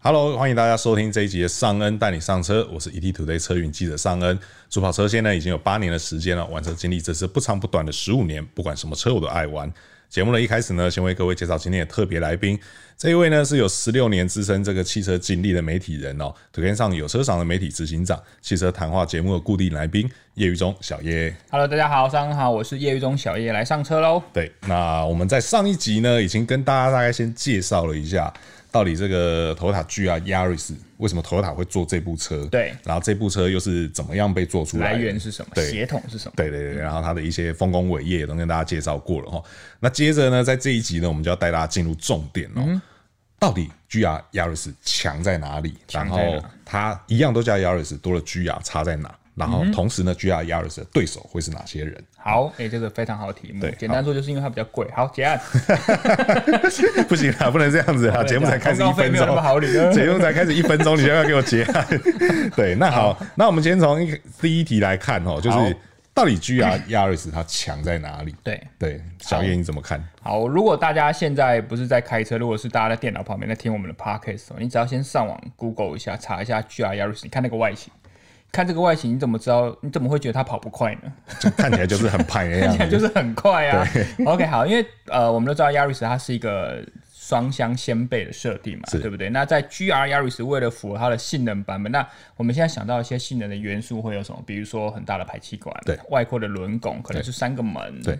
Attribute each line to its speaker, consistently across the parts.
Speaker 1: Hello，欢迎大家收听这一集的尚恩带你上车，我是 ETtoday 车云记者尚恩。主跑车现在已经有八年的时间了，玩车经历这是不长不短的十五年，不管什么车我都爱玩。节目的一开始呢，先为各位介绍今天的特别来宾，这一位呢是有十六年资深这个汽车经历的媒体人哦，土天上有车赏的媒体执行长，汽车谈话节目的固定来宾叶玉忠小叶。
Speaker 2: Hello，大家好，上午好，我是业余中小叶，来上车喽。
Speaker 1: 对，那我们在上一集呢，已经跟大家大概先介绍了一下，到底这个 Toyota GR Yaris 为什么 Toyota 会做这部车，
Speaker 2: 对
Speaker 1: 然后这部车又是怎么样被做出来
Speaker 2: 来
Speaker 1: 的，
Speaker 2: 源是什么？
Speaker 1: 对
Speaker 2: 血统是什么？
Speaker 1: 对对对，然后它的一些丰功伟业也都跟大家介绍过了哈。那接着呢，在这一集呢，我们就要带大家进入重点
Speaker 2: 嗯
Speaker 1: 哦。到底 GR Yaris 强在哪里？然
Speaker 2: 强在哪
Speaker 1: 后它一样都叫 Yaris，多了 GR 差在哪？然
Speaker 2: 嗯
Speaker 1: 后同时呢，GR Yaris 的对手会是哪些人？
Speaker 2: 好，哎、这个非常好的题目
Speaker 1: 对。
Speaker 2: 简单说就是因为它比较贵。好，结案。
Speaker 1: 不行啊，不能这样子 啊！
Speaker 2: 能这样
Speaker 1: 节目才开始一
Speaker 2: 广告费
Speaker 1: 分
Speaker 2: 没有那
Speaker 1: 钟
Speaker 2: 么 好领，啊
Speaker 1: 节目才开始一分钟，你就要给我结 案。对，那好，那我们先从一个第一题来看哦，就
Speaker 2: 好
Speaker 1: 是到底 GR Yaris 它强在哪里？
Speaker 2: 对，
Speaker 1: 对，小叶你怎么看？
Speaker 2: 好，如果大家现在不是在开车，如果是大家在电脑旁边在听我们的 podcast，哦你只要先上网 Google 一下，查一下 GR Yaris，你看那个外形，看这个外形，你怎么知道？你怎么会觉得它跑不快呢？
Speaker 1: 就看起来就是很胖的样
Speaker 2: 看起来
Speaker 1: 子，
Speaker 2: 就是很快啊。OK，好，因为呃，我们都知道 Yaris 它是一个双厢掀背的设定嘛，
Speaker 1: 是
Speaker 2: 对不对？那在 GR Yaris 为了符合它的性能版本，那我们现在想到一些性能的元素会有什么？比如说很大的排气管，
Speaker 1: 对，
Speaker 2: 外扩的轮拱，可能是三个门，
Speaker 1: 对，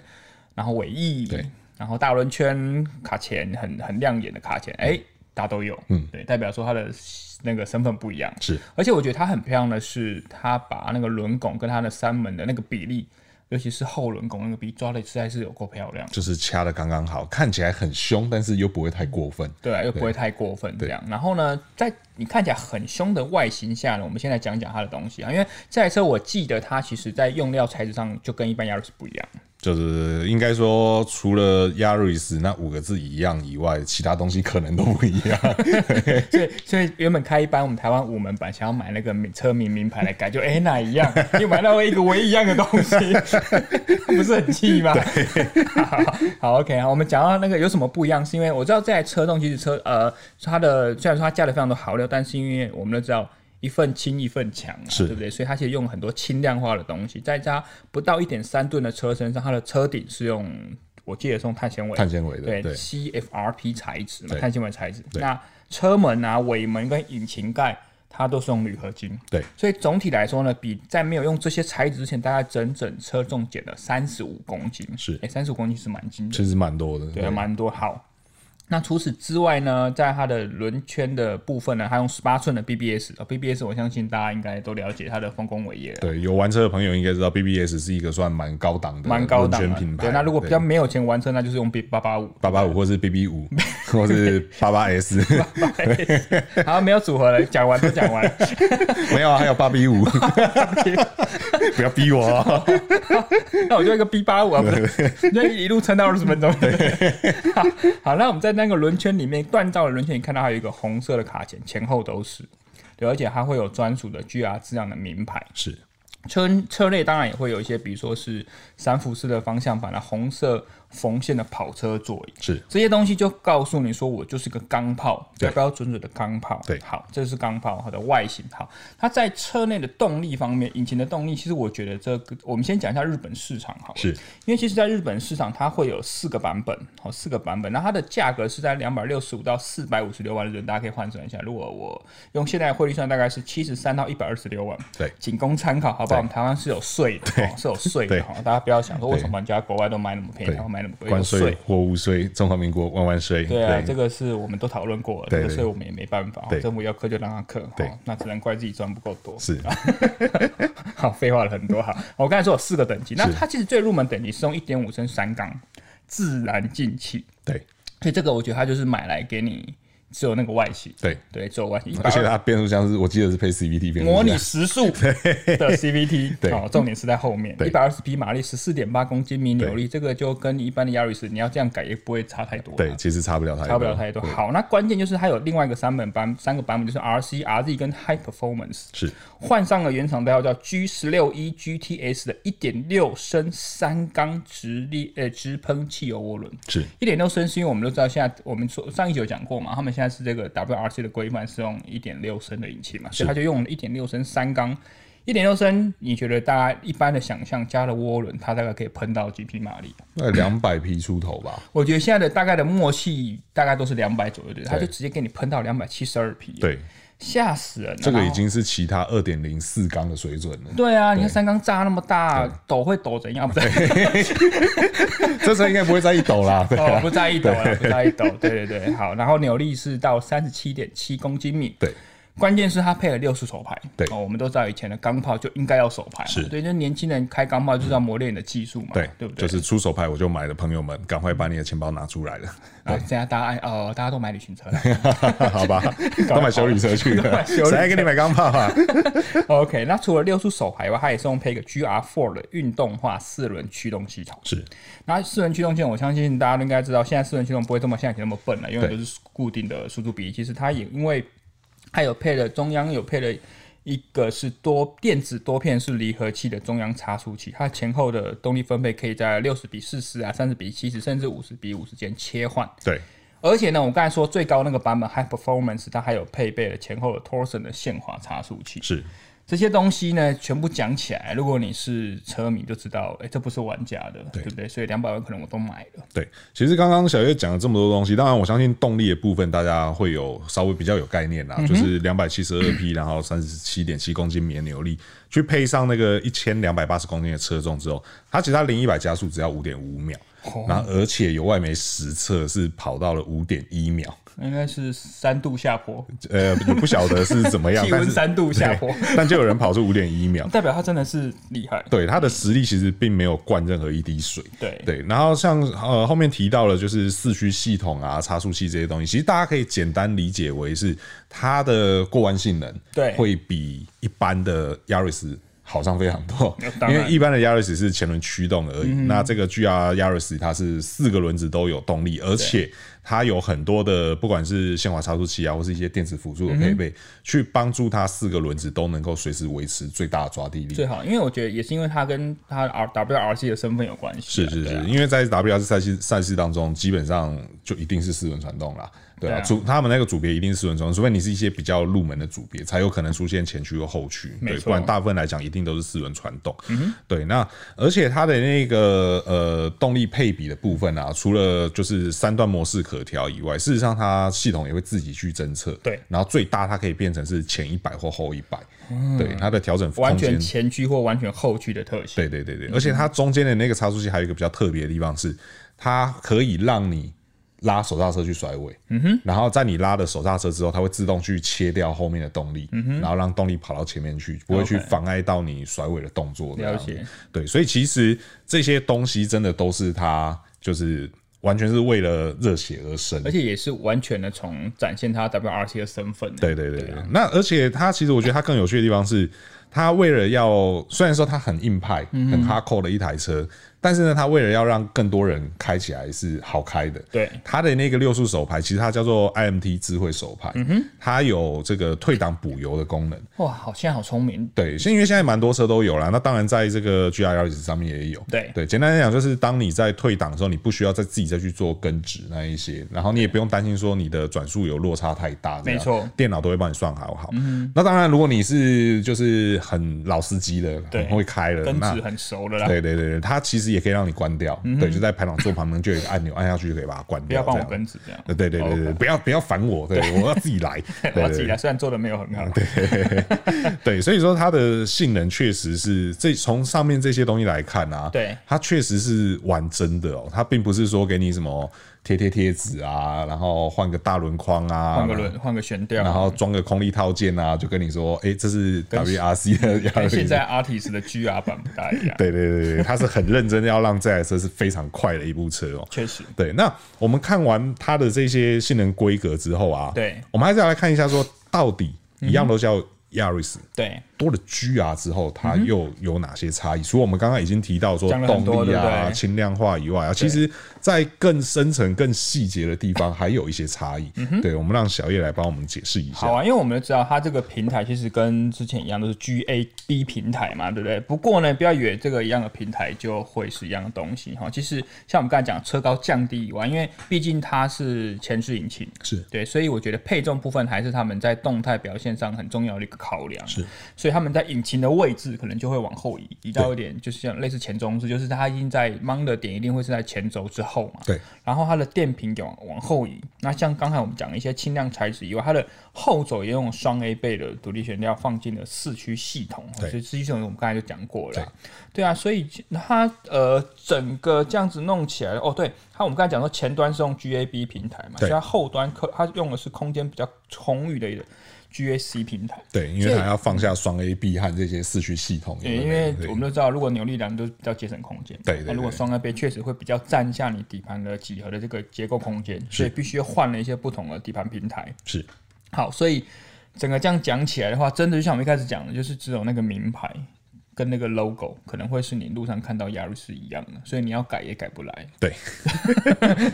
Speaker 2: 然后尾翼，
Speaker 1: 对，
Speaker 2: 然后大轮圈卡钳，很很亮眼的卡钳，哎、大家都有，嗯，对，代表说它的那个身份不一样，
Speaker 1: 是
Speaker 2: 而且我觉得它很漂亮的是，它把那个轮拱跟它的三门的那个比例，尤其是后轮拱那个比例抓的实在是有够漂亮。
Speaker 1: 就是掐的刚刚好，看起来很凶，但是又不会太过分。
Speaker 2: 对啊，又不会太过分这样。然后呢，在你看起来很凶的外形下呢，我们现在讲讲它的东西啊，因为这台车我记得它其实在用料材质上就跟一般 Yaris 不一样。
Speaker 1: 就是应该说，除了 Yaris 那五个字一样以外，其他东西可能都不一 样。
Speaker 2: 所以所以原本开一般我们台湾五门版，想要买那个名车名名牌来改，就哎、哪一样， 又买到一个唯一一样的东西， 不是很气吗？ 好好，OK 啊，我们讲到那个有什么不一样，是因为我知道这台车动其实车呃它的虽然说它加的非常多好料，但是因为我们都知道。一份轻一份强、啊，
Speaker 1: 是
Speaker 2: 对不对？所以它其实用了很多轻量化的东西，在它不到一点三吨的车身上，它的车顶是用，我记得是用碳纤维，
Speaker 1: 碳纤维的，对，
Speaker 2: 对 CFRP 材质嘛，
Speaker 1: 对
Speaker 2: 碳纤维材质。
Speaker 1: 对
Speaker 2: 那车门啊、尾门跟引擎盖，它都是用铝合金。
Speaker 1: 对，
Speaker 2: 所以总体来说呢，比在没有用这些材质之前，大概整整车重减了三十五公斤。
Speaker 1: 是
Speaker 2: 哎，三十五公斤是蛮轻的，
Speaker 1: 其实蛮多的。对
Speaker 2: 对，啊还蛮多。好，那除此之外呢，在它的轮圈的部分呢，它用十八寸的 BBS，呃，BBS 我相信大家应该都了解它的丰功伟业了。
Speaker 1: 对，有玩车的朋友应该知道，BBS 是一个算蛮高档的
Speaker 2: 蛮高档
Speaker 1: 轮
Speaker 2: 的
Speaker 1: 圈品，牌。
Speaker 2: 对。那如果比较没有钱玩车，那就是用 B 八八 五，
Speaker 1: 八八五或是 BB 五，或是八八 S，
Speaker 2: 好，没有组合了，讲完都讲完了。
Speaker 1: 没有啊，还有八 B 五，不要逼我啊！
Speaker 2: 那我就一个 B 八五啊，不是，就一路撑到二十分钟。 好好，那我们在那个轮圈里面，锻造的轮圈，你看到还有一个红色的卡钳，前后都是。对，而且它会有专属的 GR 质量的名牌。
Speaker 1: 是
Speaker 2: 车车内当然也会有一些，比如说是三辐式的方向盘啊，红色缝线的跑车座椅，
Speaker 1: 是，
Speaker 2: 这些东西就告诉你说，我就是个钢炮，
Speaker 1: 对
Speaker 2: 标标准准的钢炮。
Speaker 1: 对
Speaker 2: 好，这是钢炮它的外形。好，它在车内的动力方面，引擎的动力，其实我觉得这个，我们先讲一下日本市场好了。
Speaker 1: 是
Speaker 2: 因为其实在日本市场，它会有四个版本，好、四个版本，那它的价格是在两百六十五到四百五十六万日元，大家可以换算一下。如果我用现在的汇率算，大概是七十三到一百二十六万，
Speaker 1: 对
Speaker 2: 仅供参考，好不
Speaker 1: 对
Speaker 2: 好？我们台湾是有税的，哦、是有税
Speaker 1: 对
Speaker 2: 的，哦大家不要想说为什么人家国外都买那么便宜，
Speaker 1: 对
Speaker 2: 然后买那么贵，有
Speaker 1: 关税
Speaker 2: 税。、
Speaker 1: 货物税、中华民国万万税。
Speaker 2: 对啊，这个是我们都讨论过了，
Speaker 1: 对
Speaker 2: 这
Speaker 1: 对
Speaker 2: 个税我们也没办法，哦
Speaker 1: 对
Speaker 2: 政府要克就让他克，
Speaker 1: 对
Speaker 2: 哦那只能怪自己赚不够多。
Speaker 1: 是
Speaker 2: 好，废话了很多哈。我刚才说有四个等级，那
Speaker 1: 是
Speaker 2: 它其实最入门等级是用一点五升三缸自然进气，
Speaker 1: 对
Speaker 2: 所以这个我觉得它就是买来给你只有那个外形，
Speaker 1: 对，
Speaker 2: 对，只有外形，
Speaker 1: 而且它变速箱是我记得是配 CVT 变速箱，
Speaker 2: 模拟时速的 CVT，
Speaker 1: 对
Speaker 2: 哦，重点是在后面，
Speaker 1: 对
Speaker 2: 一百二十匹马力，十四点八公斤米扭力，这个就跟一般的 Yaris 你要这样改也不会差太多，
Speaker 1: 对，，其实差不了太多，
Speaker 2: 差不了太多。好，那关键就是它有另外一个三本版，三个版本就是 RC、RZ 跟 High Performance，
Speaker 1: 是
Speaker 2: 换上了原厂代号叫 G 十六一 GTS 的一点六升三缸直列呃直喷汽油涡轮。
Speaker 1: 是
Speaker 2: 一点六升是因为我们都知道，现在我们说上一集有讲过嘛，他们现在是这个 WRC 的规范是用一点六升的引擎嘛，所以它就用了一点六升三缸。一点六升，你觉得大家一般的想象加了涡轮，它大概可以喷到几匹马力？
Speaker 1: 那两百匹出头吧。
Speaker 2: 我觉得现在的大概的默契大概都是两百左右的，它就直接给你喷到两百七十二匹，，
Speaker 1: 对，
Speaker 2: 吓死人了。
Speaker 1: 这个已
Speaker 2: 然后
Speaker 1: 经是其他二点零四缸的水准了。
Speaker 2: 对啊，你看三缸炸那么大，抖会抖怎 样？不
Speaker 1: 啊
Speaker 2: 对，
Speaker 1: 这车应该不会再一抖啦。对
Speaker 2: 哦，
Speaker 1: 啊，
Speaker 2: 不在一抖了，不在一抖，对对对，好，然后扭力是到三十七点七公斤米，
Speaker 1: 对，
Speaker 2: 关键是它配了六十手排，
Speaker 1: 对
Speaker 2: 哦，我们都知道以前的钢炮就应该要手排嘛，
Speaker 1: 是
Speaker 2: 对，就年轻人开钢炮就是要磨练你的技术嘛，
Speaker 1: 对
Speaker 2: 对不
Speaker 1: 就
Speaker 2: 对？
Speaker 1: 是出手牌我就买的朋友们，赶快把你的钱包拿出来了，
Speaker 2: 啊，现在大家爱哦，大家都买旅行车 了
Speaker 1: 好吧？ 都买修理车去了，
Speaker 2: 修理
Speaker 1: 谁还给你买钢炮啊？
Speaker 2: ，OK，那除了六速手排以外，它也是用配一个 GR4 的运动化四轮驱动系统，
Speaker 1: 是
Speaker 2: 那四轮驱动键，我相信大家都应该知道，现在四轮驱动不会这么像以前那么笨了，因为
Speaker 1: 对
Speaker 2: 都是固定的输出比例。其实它也因为它有配了中央有配了一个是多电子多片式离合器的中央差速器，它前后的动力分配可以在六十比四十啊、三十比七十，甚至五十比五十间切换。
Speaker 1: 对，
Speaker 2: 而且呢，我刚才说最高那个版本 High Performance，它还有配备了前后的 Torsion 的限滑差速器。
Speaker 1: 是
Speaker 2: 这些东西呢，全部讲起来，如果你是车迷，就知道，哎、这不是玩家的，对不对？所以两百万可能我都买了。
Speaker 1: 对，其实刚刚小月讲了这么多东西，当然我相信动力的部分大家会有稍微比较有概念啦，就是两百七十二匹，然后三十七点七公斤米的扭力，去配上那个一千两百八十公斤的车重之后，它其实它零一百加速只要五点五秒，然后而且有外媒实测是跑到了五点一秒，
Speaker 2: 应该是三度下坡，
Speaker 1: 呃，也不晓得是怎么 样，
Speaker 2: 气
Speaker 1: 但
Speaker 2: 温
Speaker 1: 是
Speaker 2: 三度下坡，
Speaker 1: 但就有人跑出五点一秒，
Speaker 2: 代表他真的是厉害。
Speaker 1: 对，他的实力其实并没有灌任何一滴水。
Speaker 2: 对
Speaker 1: 对，然后像呃后面提到了就是四驱系统啊、差速器这些东西，其实大家可以简单理解为是它的过弯性能
Speaker 2: 对
Speaker 1: 会比一般的 Yaris 好上非常多
Speaker 2: 那，当
Speaker 1: 因
Speaker 2: 然嗯
Speaker 1: 为一般的 Yaris 是前轮驱动而已，那这个 GR Yaris 它是四个轮子都有动力，而且它有很多的不管是限滑差速器啊，或是一些电子辅助的配
Speaker 2: 嗯
Speaker 1: 备，去帮助它四个轮子都能够随时维持最大的抓地力。
Speaker 2: 最好，因为我觉得也是因为他跟他 R W R C 的身份有关系啊。
Speaker 1: 是是
Speaker 2: 对
Speaker 1: 是
Speaker 2: 啊，
Speaker 1: 因为在 WRC 赛事赛事当中，基本上就一定是四轮传动啦。对
Speaker 2: 对
Speaker 1: 啊，
Speaker 2: 啊
Speaker 1: 组他们那个组别一定是四轮传动，除非你是一些比较入门的组别，才有可能出现前驱和后驱。
Speaker 2: 没
Speaker 1: 对，
Speaker 2: 错
Speaker 1: 不然大部分来讲一定都是四轮传动。嗯，对。那而且它的那个呃动力配比的部分啊，除了就是三段模式可调以外，事实上它系统也会自己去侦测。
Speaker 2: 对
Speaker 1: 然后最大它可以变成是前一百或后一百。对，它的调整空
Speaker 2: 嗯完
Speaker 1: 间
Speaker 2: 全前驱或完全后驱的特性。
Speaker 1: 对对对对，而且它中间的那个差速器还有一个比较特别的地方是，它可以让你拉手刹车去甩尾，嗯哼，然后在你拉的手刹车之后，它会自动去切掉后面的动力，嗯哼，然后让动力跑到前面去，不会去
Speaker 2: OK
Speaker 1: 妨碍到你甩尾的动作这样子。
Speaker 2: 了解
Speaker 1: 对，所以其实这些东西真的都是它就是完全是为了热血而生
Speaker 2: 而。且也是完全的从展现他 W R C 的身份。
Speaker 1: 对对对对，啊那而且它其实我觉得它更有趣的地方是，它为了要虽然说它很硬派、很哈扣的一台车，但是呢，它为了要让更多人开起来是好开的，
Speaker 2: 对
Speaker 1: 它的那个六速手排，其实它叫做 IMT 智慧手排，它有这个退档补油的功能。
Speaker 2: 哇，好，现在好聪明。
Speaker 1: 对，现因为现在蛮多车都有啦，那当然在这个 G R L 上面也有。
Speaker 2: 对
Speaker 1: 对，简单来讲就是，当你在退档的时候，你不需要再自己再去做根值那一些，然后你也不用担心说你的转速有落差太大这样，
Speaker 2: 没错嗯
Speaker 1: 电脑都会帮你算好好。那当然，如果你是就是很老司机的，
Speaker 2: 对
Speaker 1: 很会开了，
Speaker 2: 根
Speaker 1: 那
Speaker 2: 子很熟了啦，
Speaker 1: 对对对对，它其实也可以让你关掉，对，就在排档座旁边就有一个按钮，按下去就可以把它关
Speaker 2: 不要
Speaker 1: 掉。
Speaker 2: 帮
Speaker 1: 这
Speaker 2: 我
Speaker 1: 样。
Speaker 2: 根子这样。
Speaker 1: 呃对对对对，不要不要烦我， 对我要自己来，对
Speaker 2: 我
Speaker 1: 对
Speaker 2: 要
Speaker 1: 对
Speaker 2: 自己来，啊虽然做的没有很好，
Speaker 1: 对，所以说它的性能确实是这从上面这些东西来看啊，
Speaker 2: 对
Speaker 1: 它确实是玩真的哦，它并不是说给你什么贴贴贴纸啊，然后换个大轮框啊，
Speaker 2: 换个轮，换个悬吊，
Speaker 1: 然后装个空力套件啊，就跟你说，哎、这是 WRC 的
Speaker 2: 跟现
Speaker 1: WRC。
Speaker 2: 在 Artis 的 GR 版不大一样。
Speaker 1: 对对对对，它是很认真要让这台车是非常快的一部车哦。
Speaker 2: 确实，
Speaker 1: 对，那我们看完它的这些性能规格之后啊，
Speaker 2: 对
Speaker 1: 我们还是要来看一下说，到底一样都叫 Yaris，、
Speaker 2: 对，
Speaker 1: 多了 GR 之后，它又有哪些差异？除了我们刚刚已经提到说
Speaker 2: 嗯讲了很多
Speaker 1: 动力
Speaker 2: 对不
Speaker 1: 啊、
Speaker 2: 对
Speaker 1: 轻量化以外啊，其实在更深层、更细节的地方还有一些差异。对，我们让小叶来帮我们解释一
Speaker 2: 嗯好
Speaker 1: 下。
Speaker 2: 啊，因为我们都知道它这个平台其实跟之前一样都是 GAB 平台嘛，对不对？不过呢，不要以为这个一样的平台就会是一样的东西哈。其实像我们刚才讲车高降低以外，因为毕竟它是前置引擎，
Speaker 1: 是
Speaker 2: 对，所以我觉得配重部分还是他们在动态表现上很重要的一个考量。
Speaker 1: 是，
Speaker 2: 所以他们在引擎的位置可能就会往后移，移到一点就是像类似前中置，就是它已经在 m o n 的点一定会是在前轴之后嘛。
Speaker 1: 对，
Speaker 2: 然后它的电瓶也往往后移。那像刚才我们讲的一些轻量材质以外，它的后轴也用双 A 倍的独立悬吊放进了四驱系统，哦
Speaker 1: 对
Speaker 2: 所以四驱系统我们刚才就讲过了啦。对啊，所以它呃整个这样子弄起来，哦，对，它我们刚才讲说前端是用 GAB 平台嘛，
Speaker 1: 对
Speaker 2: 所以它后端可它用的是空间比较充裕的一个 GAC 平台。
Speaker 1: 对，因为它要放下双 A B 和这些四驱系统。
Speaker 2: 对，
Speaker 1: 有
Speaker 2: 因
Speaker 1: 没有
Speaker 2: 为
Speaker 1: 对
Speaker 2: 我们都知道，如果扭力梁都比较节省空间，
Speaker 1: 对对
Speaker 2: 那如果
Speaker 1: 对
Speaker 2: 双 A 杯确实会比较占下你底盘的几何的这个结构空间，所以必须换了一些不同的底盘平台。
Speaker 1: 是
Speaker 2: 好，所以整个这样讲起来的话，真的就像我们一开始讲的，就是只有那个名牌跟那个 logo 可能会是你路上看到亚瑞斯一样的，所以你要改也改不来。
Speaker 1: 对，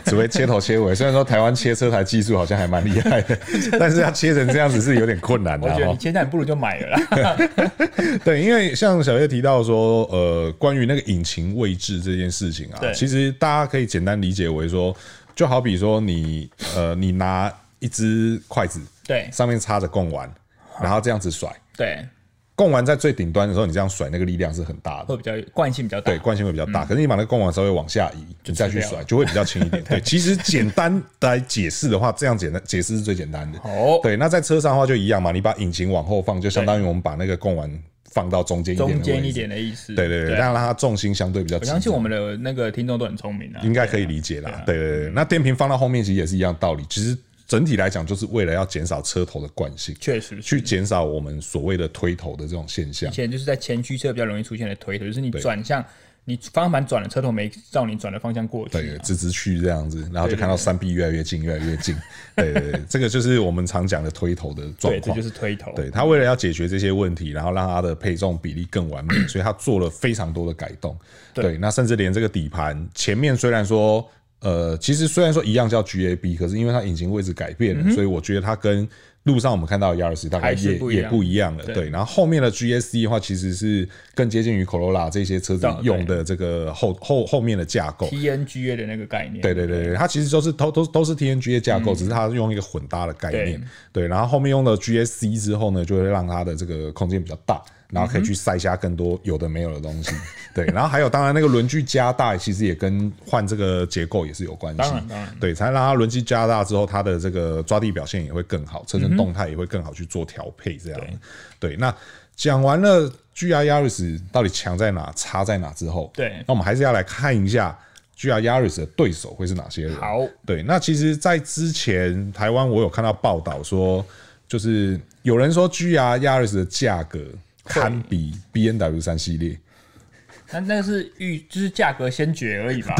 Speaker 1: 只会切头切尾。虽然说台湾切车台技术好像还蛮厉害 的，但是要切成这样子是有点困难的
Speaker 2: 我觉得
Speaker 1: 哈
Speaker 2: 你。现在不如就买了啦。
Speaker 1: 对，因为像小叶提到说，呃，关于那个引擎位置这件事情啊
Speaker 2: 对，
Speaker 1: 其实大家可以简单理解为说，就好比说你呃，你拿一只筷子，
Speaker 2: 对
Speaker 1: 上面插着贡丸，然后这样子甩，
Speaker 2: 对，
Speaker 1: 贡丸在最顶端的时候，你这样甩那个力量是很大的。
Speaker 2: 会比较惯性比较大
Speaker 1: 对，。惯性会比较
Speaker 2: 嗯
Speaker 1: 大。可是你把那个光环稍微往下移，你再去
Speaker 2: 吃掉
Speaker 1: 甩，
Speaker 2: 了
Speaker 1: 就会比较轻一 点。对，其实简单来解释的话，这样简单解释是最简单的。
Speaker 2: 哦
Speaker 1: 对，那在车上的话就一样嘛，你把引擎往后放，就相当于我们把那个贡丸放到中间一点，
Speaker 2: 中间一。点的意思。
Speaker 1: 对对对，让让它重心相对比较
Speaker 2: 我
Speaker 1: 集中。
Speaker 2: 相信我们的那个听众都很聪明啊，嗯
Speaker 1: 应该可以理解啦。对对对，那电瓶放到后面其实也是一样道理。其实整体来讲，就是为了要减少车头的惯性，
Speaker 2: 确实是
Speaker 1: 去减少我们所谓的推头的这种现象
Speaker 2: 以。前就是在前驱车比较容易出现的推头，就是你转向，你方向盘转了，车头没照你转的方向过去
Speaker 1: 对，
Speaker 2: 嘛。
Speaker 1: 直直去这样子，然后就
Speaker 2: 对对
Speaker 1: 看到山壁越来越近，越来越近。对对对，这个就是我们常讲的推头的状
Speaker 2: 对，这
Speaker 1: 况
Speaker 2: 就。是推头。
Speaker 1: 对，他为了要解决这些问题，然后让它的配重比例更完 美，所以他做了非常多的改动。对，那甚至连这个底盘前面虽然说。呃，其实虽然说一样叫 GAB，可是因为它引擎位置改变了，所以我觉得它跟路上我们看到的 Yaris 大概
Speaker 2: 嗯还
Speaker 1: 也
Speaker 2: 是不一
Speaker 1: 也
Speaker 2: 样
Speaker 1: 不一样了。对，然后后面的 GSC 的话，其实是更接近于 Corolla 这些车子
Speaker 2: 对
Speaker 1: 用的这个后后后面的架构。
Speaker 2: ，TNGA 的那个概念。
Speaker 1: 对对对对，它其实都是都都都是 TNGA 的架构，
Speaker 2: 嗯
Speaker 1: 只是它用一个混搭的概念。对，然后后面用了 GSC 之后呢，就会让它的这个空间比较大，然
Speaker 2: 嗯
Speaker 1: 后可以去塞下更多有的没有的东西。对，然后还有当然那个轮距加大，其实也跟换这个结构也是有关系。
Speaker 2: 当然当然
Speaker 1: 对，才让它轮机加大之后，它的这个抓地表现也会更好，
Speaker 2: 嗯
Speaker 1: 车身动态也会更好去做调配，这样。对，那讲完了 GR Yaris 到底强在哪、差在哪之后，
Speaker 2: 对
Speaker 1: 那我们还是要来看一下 GR Yaris 的对手会是哪些人。
Speaker 2: 好，
Speaker 1: 对，那其实，在之前台湾我有看到报道说，就是有人说 GR Yaris 的价格堪比 B N W 三系列。
Speaker 2: 那那是预就是价格先决而已 吧。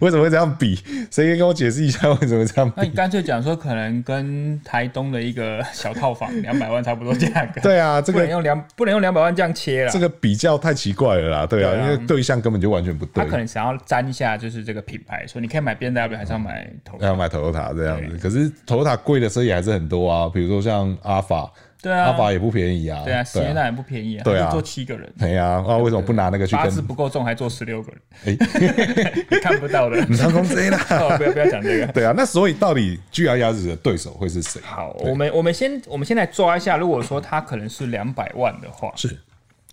Speaker 1: 为什么会这样比？谁可以跟我解释一下为什么这样比
Speaker 2: 那？你干脆讲说，可能跟台东的一个小套 房两百万差不多价格。
Speaker 1: 对啊，这
Speaker 2: 不
Speaker 1: 个
Speaker 2: 能用两不能用两百万这样切了
Speaker 1: 这。个比较太奇怪了啦，对啊，
Speaker 2: 对啊
Speaker 1: 因为对象根本就完全不
Speaker 2: 他
Speaker 1: 对
Speaker 2: 可。能想要沾一下，就是这个品牌，说你可以买 B M W 还是要买头？
Speaker 1: 要买 Toyota 这样子，可是 Toyota 贵的车也还是很多啊，比如说像阿法，
Speaker 2: 对
Speaker 1: 阿
Speaker 2: 啊，
Speaker 1: 法也不便宜啊。
Speaker 2: 对啊，实验那也不便宜啊，
Speaker 1: 对啊
Speaker 2: 他就坐七个人，
Speaker 1: 哎呀，啊，为什么不拿那个去
Speaker 2: 八字
Speaker 1: 跟？
Speaker 2: 不够重还坐十六个人，你 看不到的。
Speaker 1: 成功贼啦！
Speaker 2: 哦，不要不要讲这个。
Speaker 1: 对啊，那所以到底 G R 鸭子的对手会是谁？
Speaker 2: 好，我们我们先我们先来抓一下，如果说它可能是两百万的话，
Speaker 1: 是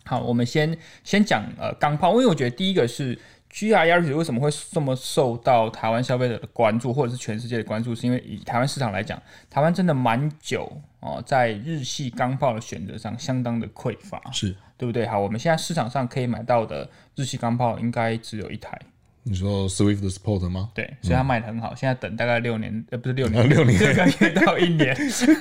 Speaker 2: 好，我们先先讲呃钢炮，因为我觉得第一个是 G R R 为什么会这么受到台湾消费者的关注，或者是全世界的关注，是因为以台湾市场来讲，台湾真的蛮久哦，在日系钢炮的选择上相当的匮乏，
Speaker 1: 是，
Speaker 2: 对不对？好，我们现在市场上可以买到的日系钢炮应该只有一台，
Speaker 1: 你说 Swift Sport 吗？
Speaker 2: 对，所以它卖的很好，现在等大概六年，呃，不是六年，
Speaker 1: 嗯哦六年
Speaker 2: 六个月到一年，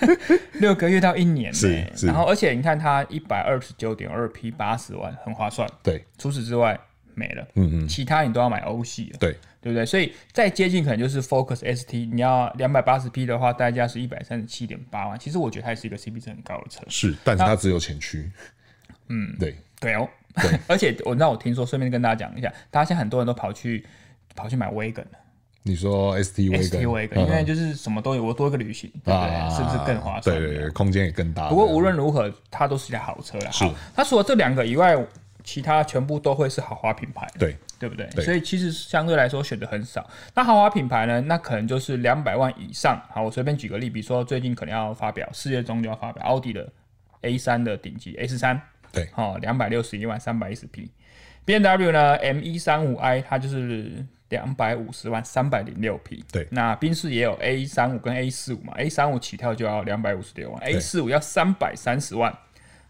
Speaker 2: 六个月到一年、
Speaker 1: 是
Speaker 2: 欸，
Speaker 1: 是
Speaker 2: 然后而且你看它一百二十九点二 P 八十万，很划算。
Speaker 1: 对
Speaker 2: 除此之外没了，嗯嗯，其他你都要买欧系了，
Speaker 1: 对，
Speaker 2: 对不对？所以再接近可能就是 Focus ST，你要两百八十 P 的话，代价是一百三十七点八万。其实我觉得它也是一个 CP 值很高的车，
Speaker 1: 是，但是它只有前驱，嗯，对，
Speaker 2: 对哦， 而且我那我听说，顺便跟大家讲一下，大家现在很多人都跑去跑去买 vegan 了
Speaker 1: 你说 ST
Speaker 2: s
Speaker 1: Wagon，嗯
Speaker 2: t vegan，因为就是什么都有，我多一个旅行，对不对？是不是更划算？
Speaker 1: 啊对对对，空间也更大。
Speaker 2: 不过无论如何，它都是一台好车啦。
Speaker 1: 是
Speaker 2: 好，它除了这两个以外，其他全部都会是豪华品牌，
Speaker 1: 对
Speaker 2: 对不对？
Speaker 1: 对
Speaker 2: 所以其实相对来说选择很少。那豪华品牌呢？那可能就是两百万以上。好，我随便举个例，比如说最近可能要发表，四月中就要发表奥迪的 A 三的顶级 S 三，
Speaker 1: 对
Speaker 2: 哦，两百六十一万三百一十匹。B N W 呢，M 一三五 i 它就是两百五十万三百零六匹。
Speaker 1: 对
Speaker 2: 那宾士也有 A 三五跟 A 四五嘛，A 三五起跳就要两百五十六万，A 四五要三百三十万。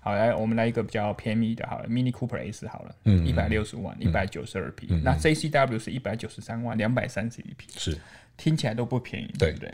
Speaker 2: 好，来我们来一个比较便宜的，好了，Mini Cooper S 好了，嗯，一百六十万，一百九十二匹。那 J C W 是一百九十三万，两百三十一匹，
Speaker 1: 是
Speaker 2: 听起来都不便宜，
Speaker 1: 对
Speaker 2: 不对？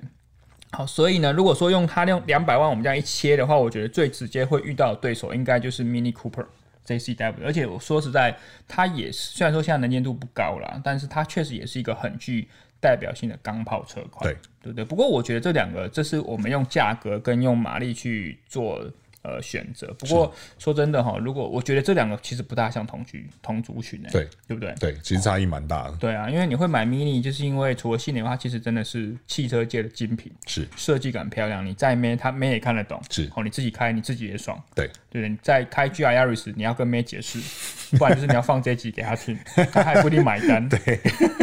Speaker 2: 好，所以呢，如果说用它用两百万我们这样一切的话，我觉得最直接会遇到的对手应该就是 Mini Cooper JCW，而且我说实在，它也是虽然说现在能见度不高啦，但是它确实也是一个很具代表性的钢炮车款，
Speaker 1: 对
Speaker 2: 对不对？不过我觉得这两个，这是我们用价格跟用马力去做。呃，选择。不过说真的哈，如果我觉得这两个其实不大像同居同族群诶、
Speaker 1: 对
Speaker 2: 对不对？
Speaker 1: 对，其实差异蛮大的。
Speaker 2: 对啊，因为你会买 mini，就是因为除了性能，它其实真的是汽车界的精品，
Speaker 1: 是
Speaker 2: 设计感漂亮，你再妹它妹也看得懂，
Speaker 1: 是
Speaker 2: 哦，你自己开你自己也爽，
Speaker 1: 对，
Speaker 2: 对不对？你再开 G R Yaris，你要跟妹解释，不然就是你要放这集给他听，他还不一定买 单，对，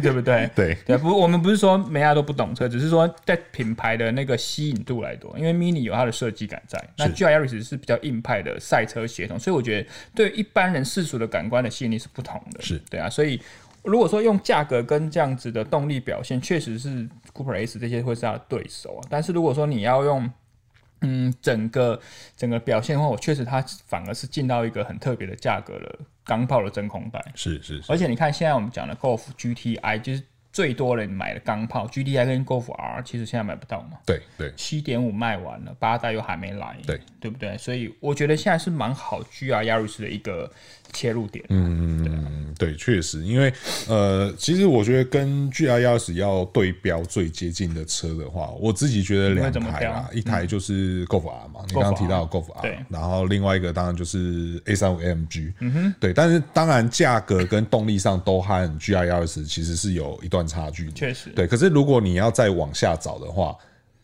Speaker 2: 对不对？
Speaker 1: 对
Speaker 2: 对，不，我们不是说梅亚都不懂车，只是说在品牌的那个吸引度来说，因为 Mini 有它的设计感在，那 G R Yaris 是比较硬派的赛车协同，所以我觉得对一般人世俗的感官的吸引力是不同的，
Speaker 1: 是
Speaker 2: 对啊，所以。如果说用价格跟这样子的动力表现，确实是 Cooper S 这些会是它的对手啊。但是如果说你要用嗯，整个整个表现的话，我确实它反而是进到一个很特别的价格了，钢炮的真空带。
Speaker 1: 是是是，
Speaker 2: 而且你看，现在我们讲的 Golf GTI 就是最多人买的钢炮，GTI 跟 Golf R 其实现在买不到嘛，
Speaker 1: 对对
Speaker 2: 七点五卖完了，八代又还没来，
Speaker 1: 对
Speaker 2: 对不对？所以我觉得现在是蛮好 GR Yaris 的一个切入点，嗯，
Speaker 1: 嗯，对，确实，因为呃，其实我觉得跟 G R 幺十要对标最接近的车的话，我自己觉得两台啦，一台就是嗯 Golf R 嘛，你刚刚提到的 Golf R，
Speaker 2: 对
Speaker 1: 然后另外一个当然就是 A 三五 M G，嗯哼，对，但是当然价格跟动力上都和 G R 幺十其实是有一段差距的，
Speaker 2: 确实
Speaker 1: 对，可是如果你要再往下找的话，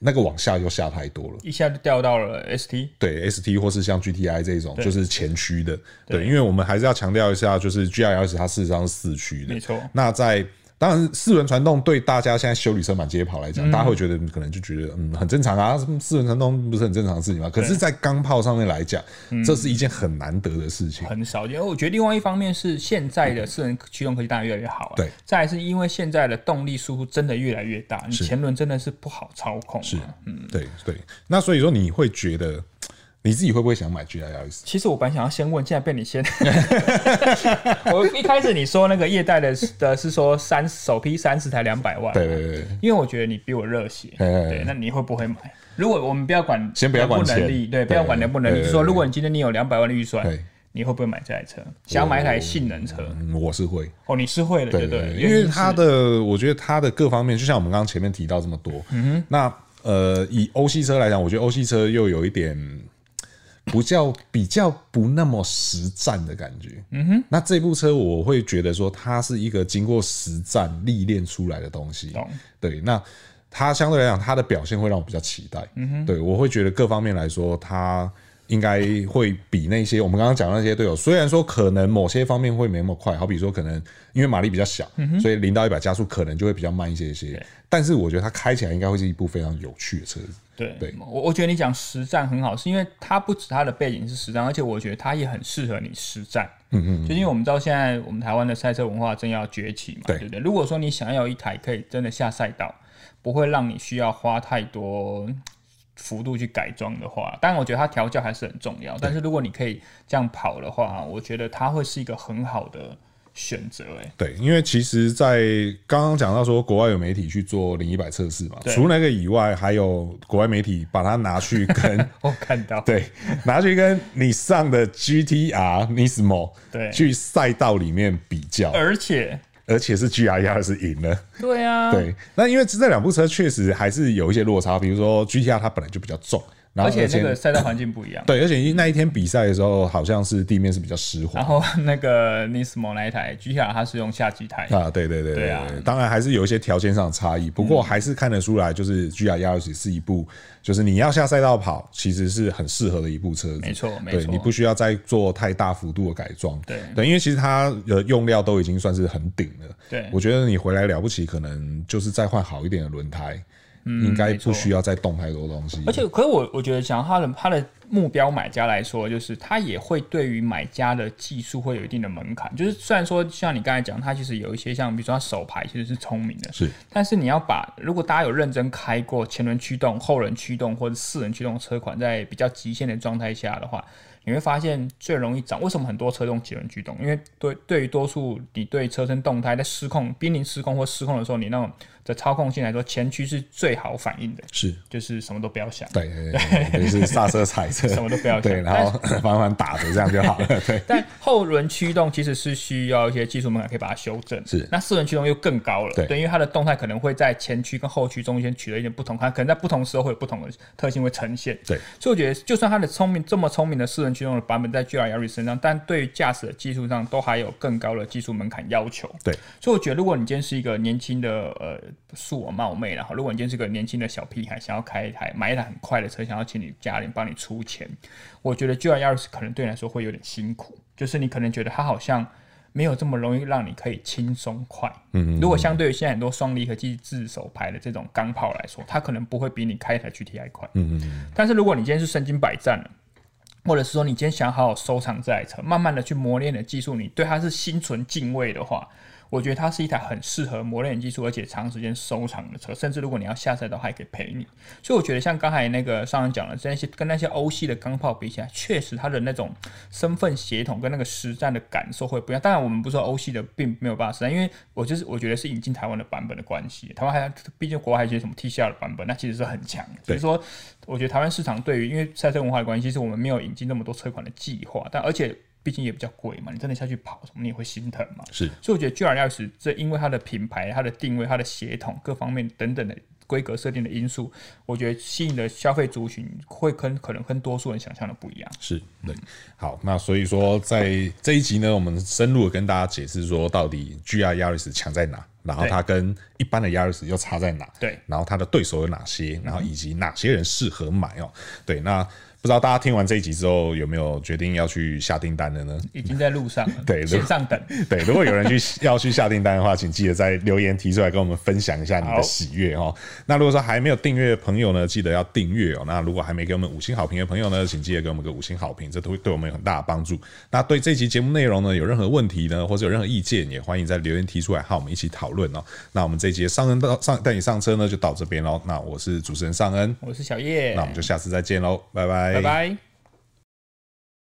Speaker 1: 那个往下就下太多了。
Speaker 2: 一下就掉到了 ST，
Speaker 1: 对 ST 或是像 GTI 这种，就是前驱的。对，因为我们还是要强调一下，就是 GIS 它事实上是四驱的。
Speaker 2: 没错
Speaker 1: 那在当然，四轮传动对大家现在修理车满街跑来讲，大家会觉得可能就觉得嗯很正常啊，四轮传动不是很正常的事情嘛。可是，在钢炮上面来讲，这是一件很难得的事情。
Speaker 2: 很少见。因为我觉得另外一方面是现在的私人驱动科技当然越来越好啊，
Speaker 1: 对
Speaker 2: 再来是因为现在的动力输出真的越来越大，你前轮真的是不好操控、啊，是
Speaker 1: 对对，那所以说你会觉得你自己会不会想买 GIS？
Speaker 2: 其实我本来想要先问，现在被 你先。我一开始你说那个业代的的是说三首批三十台两百万，
Speaker 1: 对对对对。
Speaker 2: 因为我觉得你比我热血，
Speaker 1: 哎哎哎
Speaker 2: 对，那你会不会买？如果我们不要管，
Speaker 1: 先不要管
Speaker 2: 能
Speaker 1: 钱
Speaker 2: 力，对，
Speaker 1: 对
Speaker 2: 不要管能不能力，
Speaker 1: 对对
Speaker 2: 是说
Speaker 1: 对
Speaker 2: 如果你今天你有两百万的预算
Speaker 1: 对，
Speaker 2: 你会不会买这台车？想要买一台性能车？
Speaker 1: 嗯，我是会，
Speaker 2: 哦，你是会的，对
Speaker 1: 对
Speaker 2: 不对，
Speaker 1: 因为它的我觉得它的各方面，就像我们刚刚前面提到这么多，嗯哼，那呃，以欧系车来讲，我觉得欧系车又有一点。不叫比较不那么实战的感觉，嗯哼。那这部车我会觉得说，它是一个经过实战历练出来的东西
Speaker 2: 懂。
Speaker 1: 对，那它相对来讲，它的表现会让我比较期待。嗯哼，对我会觉得各方面来说，它应该会比那些我们刚刚讲的那些队友，虽然说可能某些方面会没那么快，好比说可能因为马力比较小，所以零到一百加速可能就会比较慢一些些。但是我觉得它开起来应该会是一部非常有趣的车子。
Speaker 2: 对，
Speaker 1: 对
Speaker 2: 我我觉得你讲实战很好，是因为它不止它的背景是实战，而且我觉得它也很适合你实战。嗯嗯，就因为我们知道现在我们台湾的赛车文化正要崛起嘛，
Speaker 1: 对
Speaker 2: 不对？如果说你想要有一台可以真的下赛道，不会让你需要花太多嗯幅度去改装的话，当然我觉得它调教还是很重要。但是如果你可以这样跑的话，我觉得它会是一个很好的选择。哎，
Speaker 1: 对，因为其实，在刚刚讲到说，国外有媒体去做零一百测试嘛，
Speaker 2: 对
Speaker 1: 除了那个以外，还有国外媒体把它拿去跟
Speaker 2: 我看到，
Speaker 1: 对，拿去跟你上的 GTR Nismo
Speaker 2: 对
Speaker 1: 去赛道里面比较，
Speaker 2: 而且
Speaker 1: 而且是 GR 1是赢了。
Speaker 2: 对啊，
Speaker 1: 对，那因为这两部车确实还是有一些落差，比如说 GTR 它本来就比较重，然后
Speaker 2: 而且
Speaker 1: 那
Speaker 2: 那个赛道环境不一样。
Speaker 1: 对，而且那一天比赛的时候，好像是地面是比较湿滑
Speaker 2: 然后那个 Nismo 那一台 G R 它是用下机台，
Speaker 1: 啊，对对对
Speaker 2: 对啊嗯
Speaker 1: 当然还是有一些条件上的差异，不过还是看得出来，就是 G R 幺二七是一部，就是你要下赛道跑，其实是很适合的一部车子，
Speaker 2: 没错没
Speaker 1: 对
Speaker 2: 错
Speaker 1: 你不需要再做太大幅度的改装，
Speaker 2: 对
Speaker 1: 对，因为其实它的用料都已经算是很顶了，
Speaker 2: 对
Speaker 1: 我觉得你回来了不起，可能就是再换好一点的轮胎，应该
Speaker 2: 没错
Speaker 1: 不需要再动太多东西，
Speaker 2: 嗯而且，可是我我觉得，讲他的他的目标买家来说，就是他也会对于买家的技术会有一定的门槛。就是虽然说像你刚才讲，他其实有一些像比如说他手牌其实是聪明的，
Speaker 1: 是
Speaker 2: 但是你要把如果大家有认真开过前轮驱动、后轮驱动或者四轮驱动车款，在比较极限的状态下的话，你会发现最容易长。为什么很多车用几轮驱动？因为对对于多数你对车身动态在失控、濒临失控或失控的时候，你那种的操控性来说，前驱是最好反应的，
Speaker 1: 是。
Speaker 2: 就是什么都不要想。
Speaker 1: 对对对对，就是刹车踩车，
Speaker 2: 什么都不要想
Speaker 1: 对，然后 缓缓打着这样就好了。对，
Speaker 2: 但后轮驱动其实是需要一些技术门槛，可以把它修正。
Speaker 1: 是
Speaker 2: 那四轮驱动又更高了，
Speaker 1: 对
Speaker 2: 因为它的动态可能会在前驱跟后驱中间取得一点不同，它可能在不同时候会有不同的特性会呈现。
Speaker 1: 对，
Speaker 2: 所以我觉得，就算它的聪明这么聪明的四轮驱动的版本在 G R Yaris 身上，但对于驾驶的技术上都还有更高的技术门槛要求。
Speaker 1: 对，
Speaker 2: 所以我觉得，如果你今天是一个年轻的呃恕我冒昧了哈，如果你今天是个年轻的小屁孩，想要开一台买一台很快的车，想要请你家人帮你出钱，我觉得 G R Yaris 可能对你来说会有点辛苦，就是你可能觉得它好像。没有这么容易让你可以轻松快。嗯如果相对于现在很多双离合器自手排的这种钢炮来说，它可能不会比你开一台 GTI 快。
Speaker 1: 嗯嗯嗯，
Speaker 2: 但是如果你今天是身经百战了，或者是说你今天想好好收藏这台车，慢慢的去磨练你的技术，你对它是心存敬畏的话，我觉得它是一台很适合磨练你技术，而且长时间收藏的车。甚至如果你要下赛道，它还可以陪你。所以我觉得像刚才那个上人讲的，这些跟那些欧系的钢炮比起来，确实它的那种身份协同跟那个实战的感受会不一样。当然，我们不是说欧系的并没有办法实战，因为我就是我觉得是引进台湾的版本的关系。台湾还毕竟国外还有一些什么 TCR 的版本，那其实是很强的。所以说，我觉得台湾市场对于因为赛车文化的关系，是我们没有引进那么多车款的计划，但而且毕竟也比较贵嘛，你真的下去跑什么，你也会心疼嘛。
Speaker 1: 是
Speaker 2: 所以我觉得 G R 钥匙这因为它的品牌、它的定位、它的协同各方面等等的规格设定的因素，我觉得吸引的消费族群会跟可能跟多数人想象的不一样。
Speaker 1: 是对，好，那所以说在这一集呢，我们深入的跟大家解释说，到底 GR Yaris 强在哪，然后
Speaker 2: 对
Speaker 1: 它跟一般的 Yaris 又差在哪，
Speaker 2: 对
Speaker 1: 然后它的对手有哪些，然后以及哪些人适合买哦，对，那不知道大家听完这一集之后，有没有决定要去下订单的呢？
Speaker 2: 已经在路上了，
Speaker 1: 对
Speaker 2: 线上等。
Speaker 1: 对，如果有人去要去下 订单的话，请记得在留言提出来跟我们分享一下你的
Speaker 2: 好
Speaker 1: 喜悦哦。那如果说还没有订阅的朋友呢，记得要订阅哦。那如果还没给我们五星好评的朋友呢，请记得给我们个五星好评，这都会对我们有很大的帮助。那对这期节目内容呢，有任何问题呢，或者有任何意见，也欢迎在留言提出来，和我们一起讨论哦。那我们这一节上恩到上带你上车呢，就到这边喽。那我是主持人尚恩，
Speaker 2: 我是小叶
Speaker 1: 那我，们就下次再见喽，拜拜，
Speaker 2: 拜拜。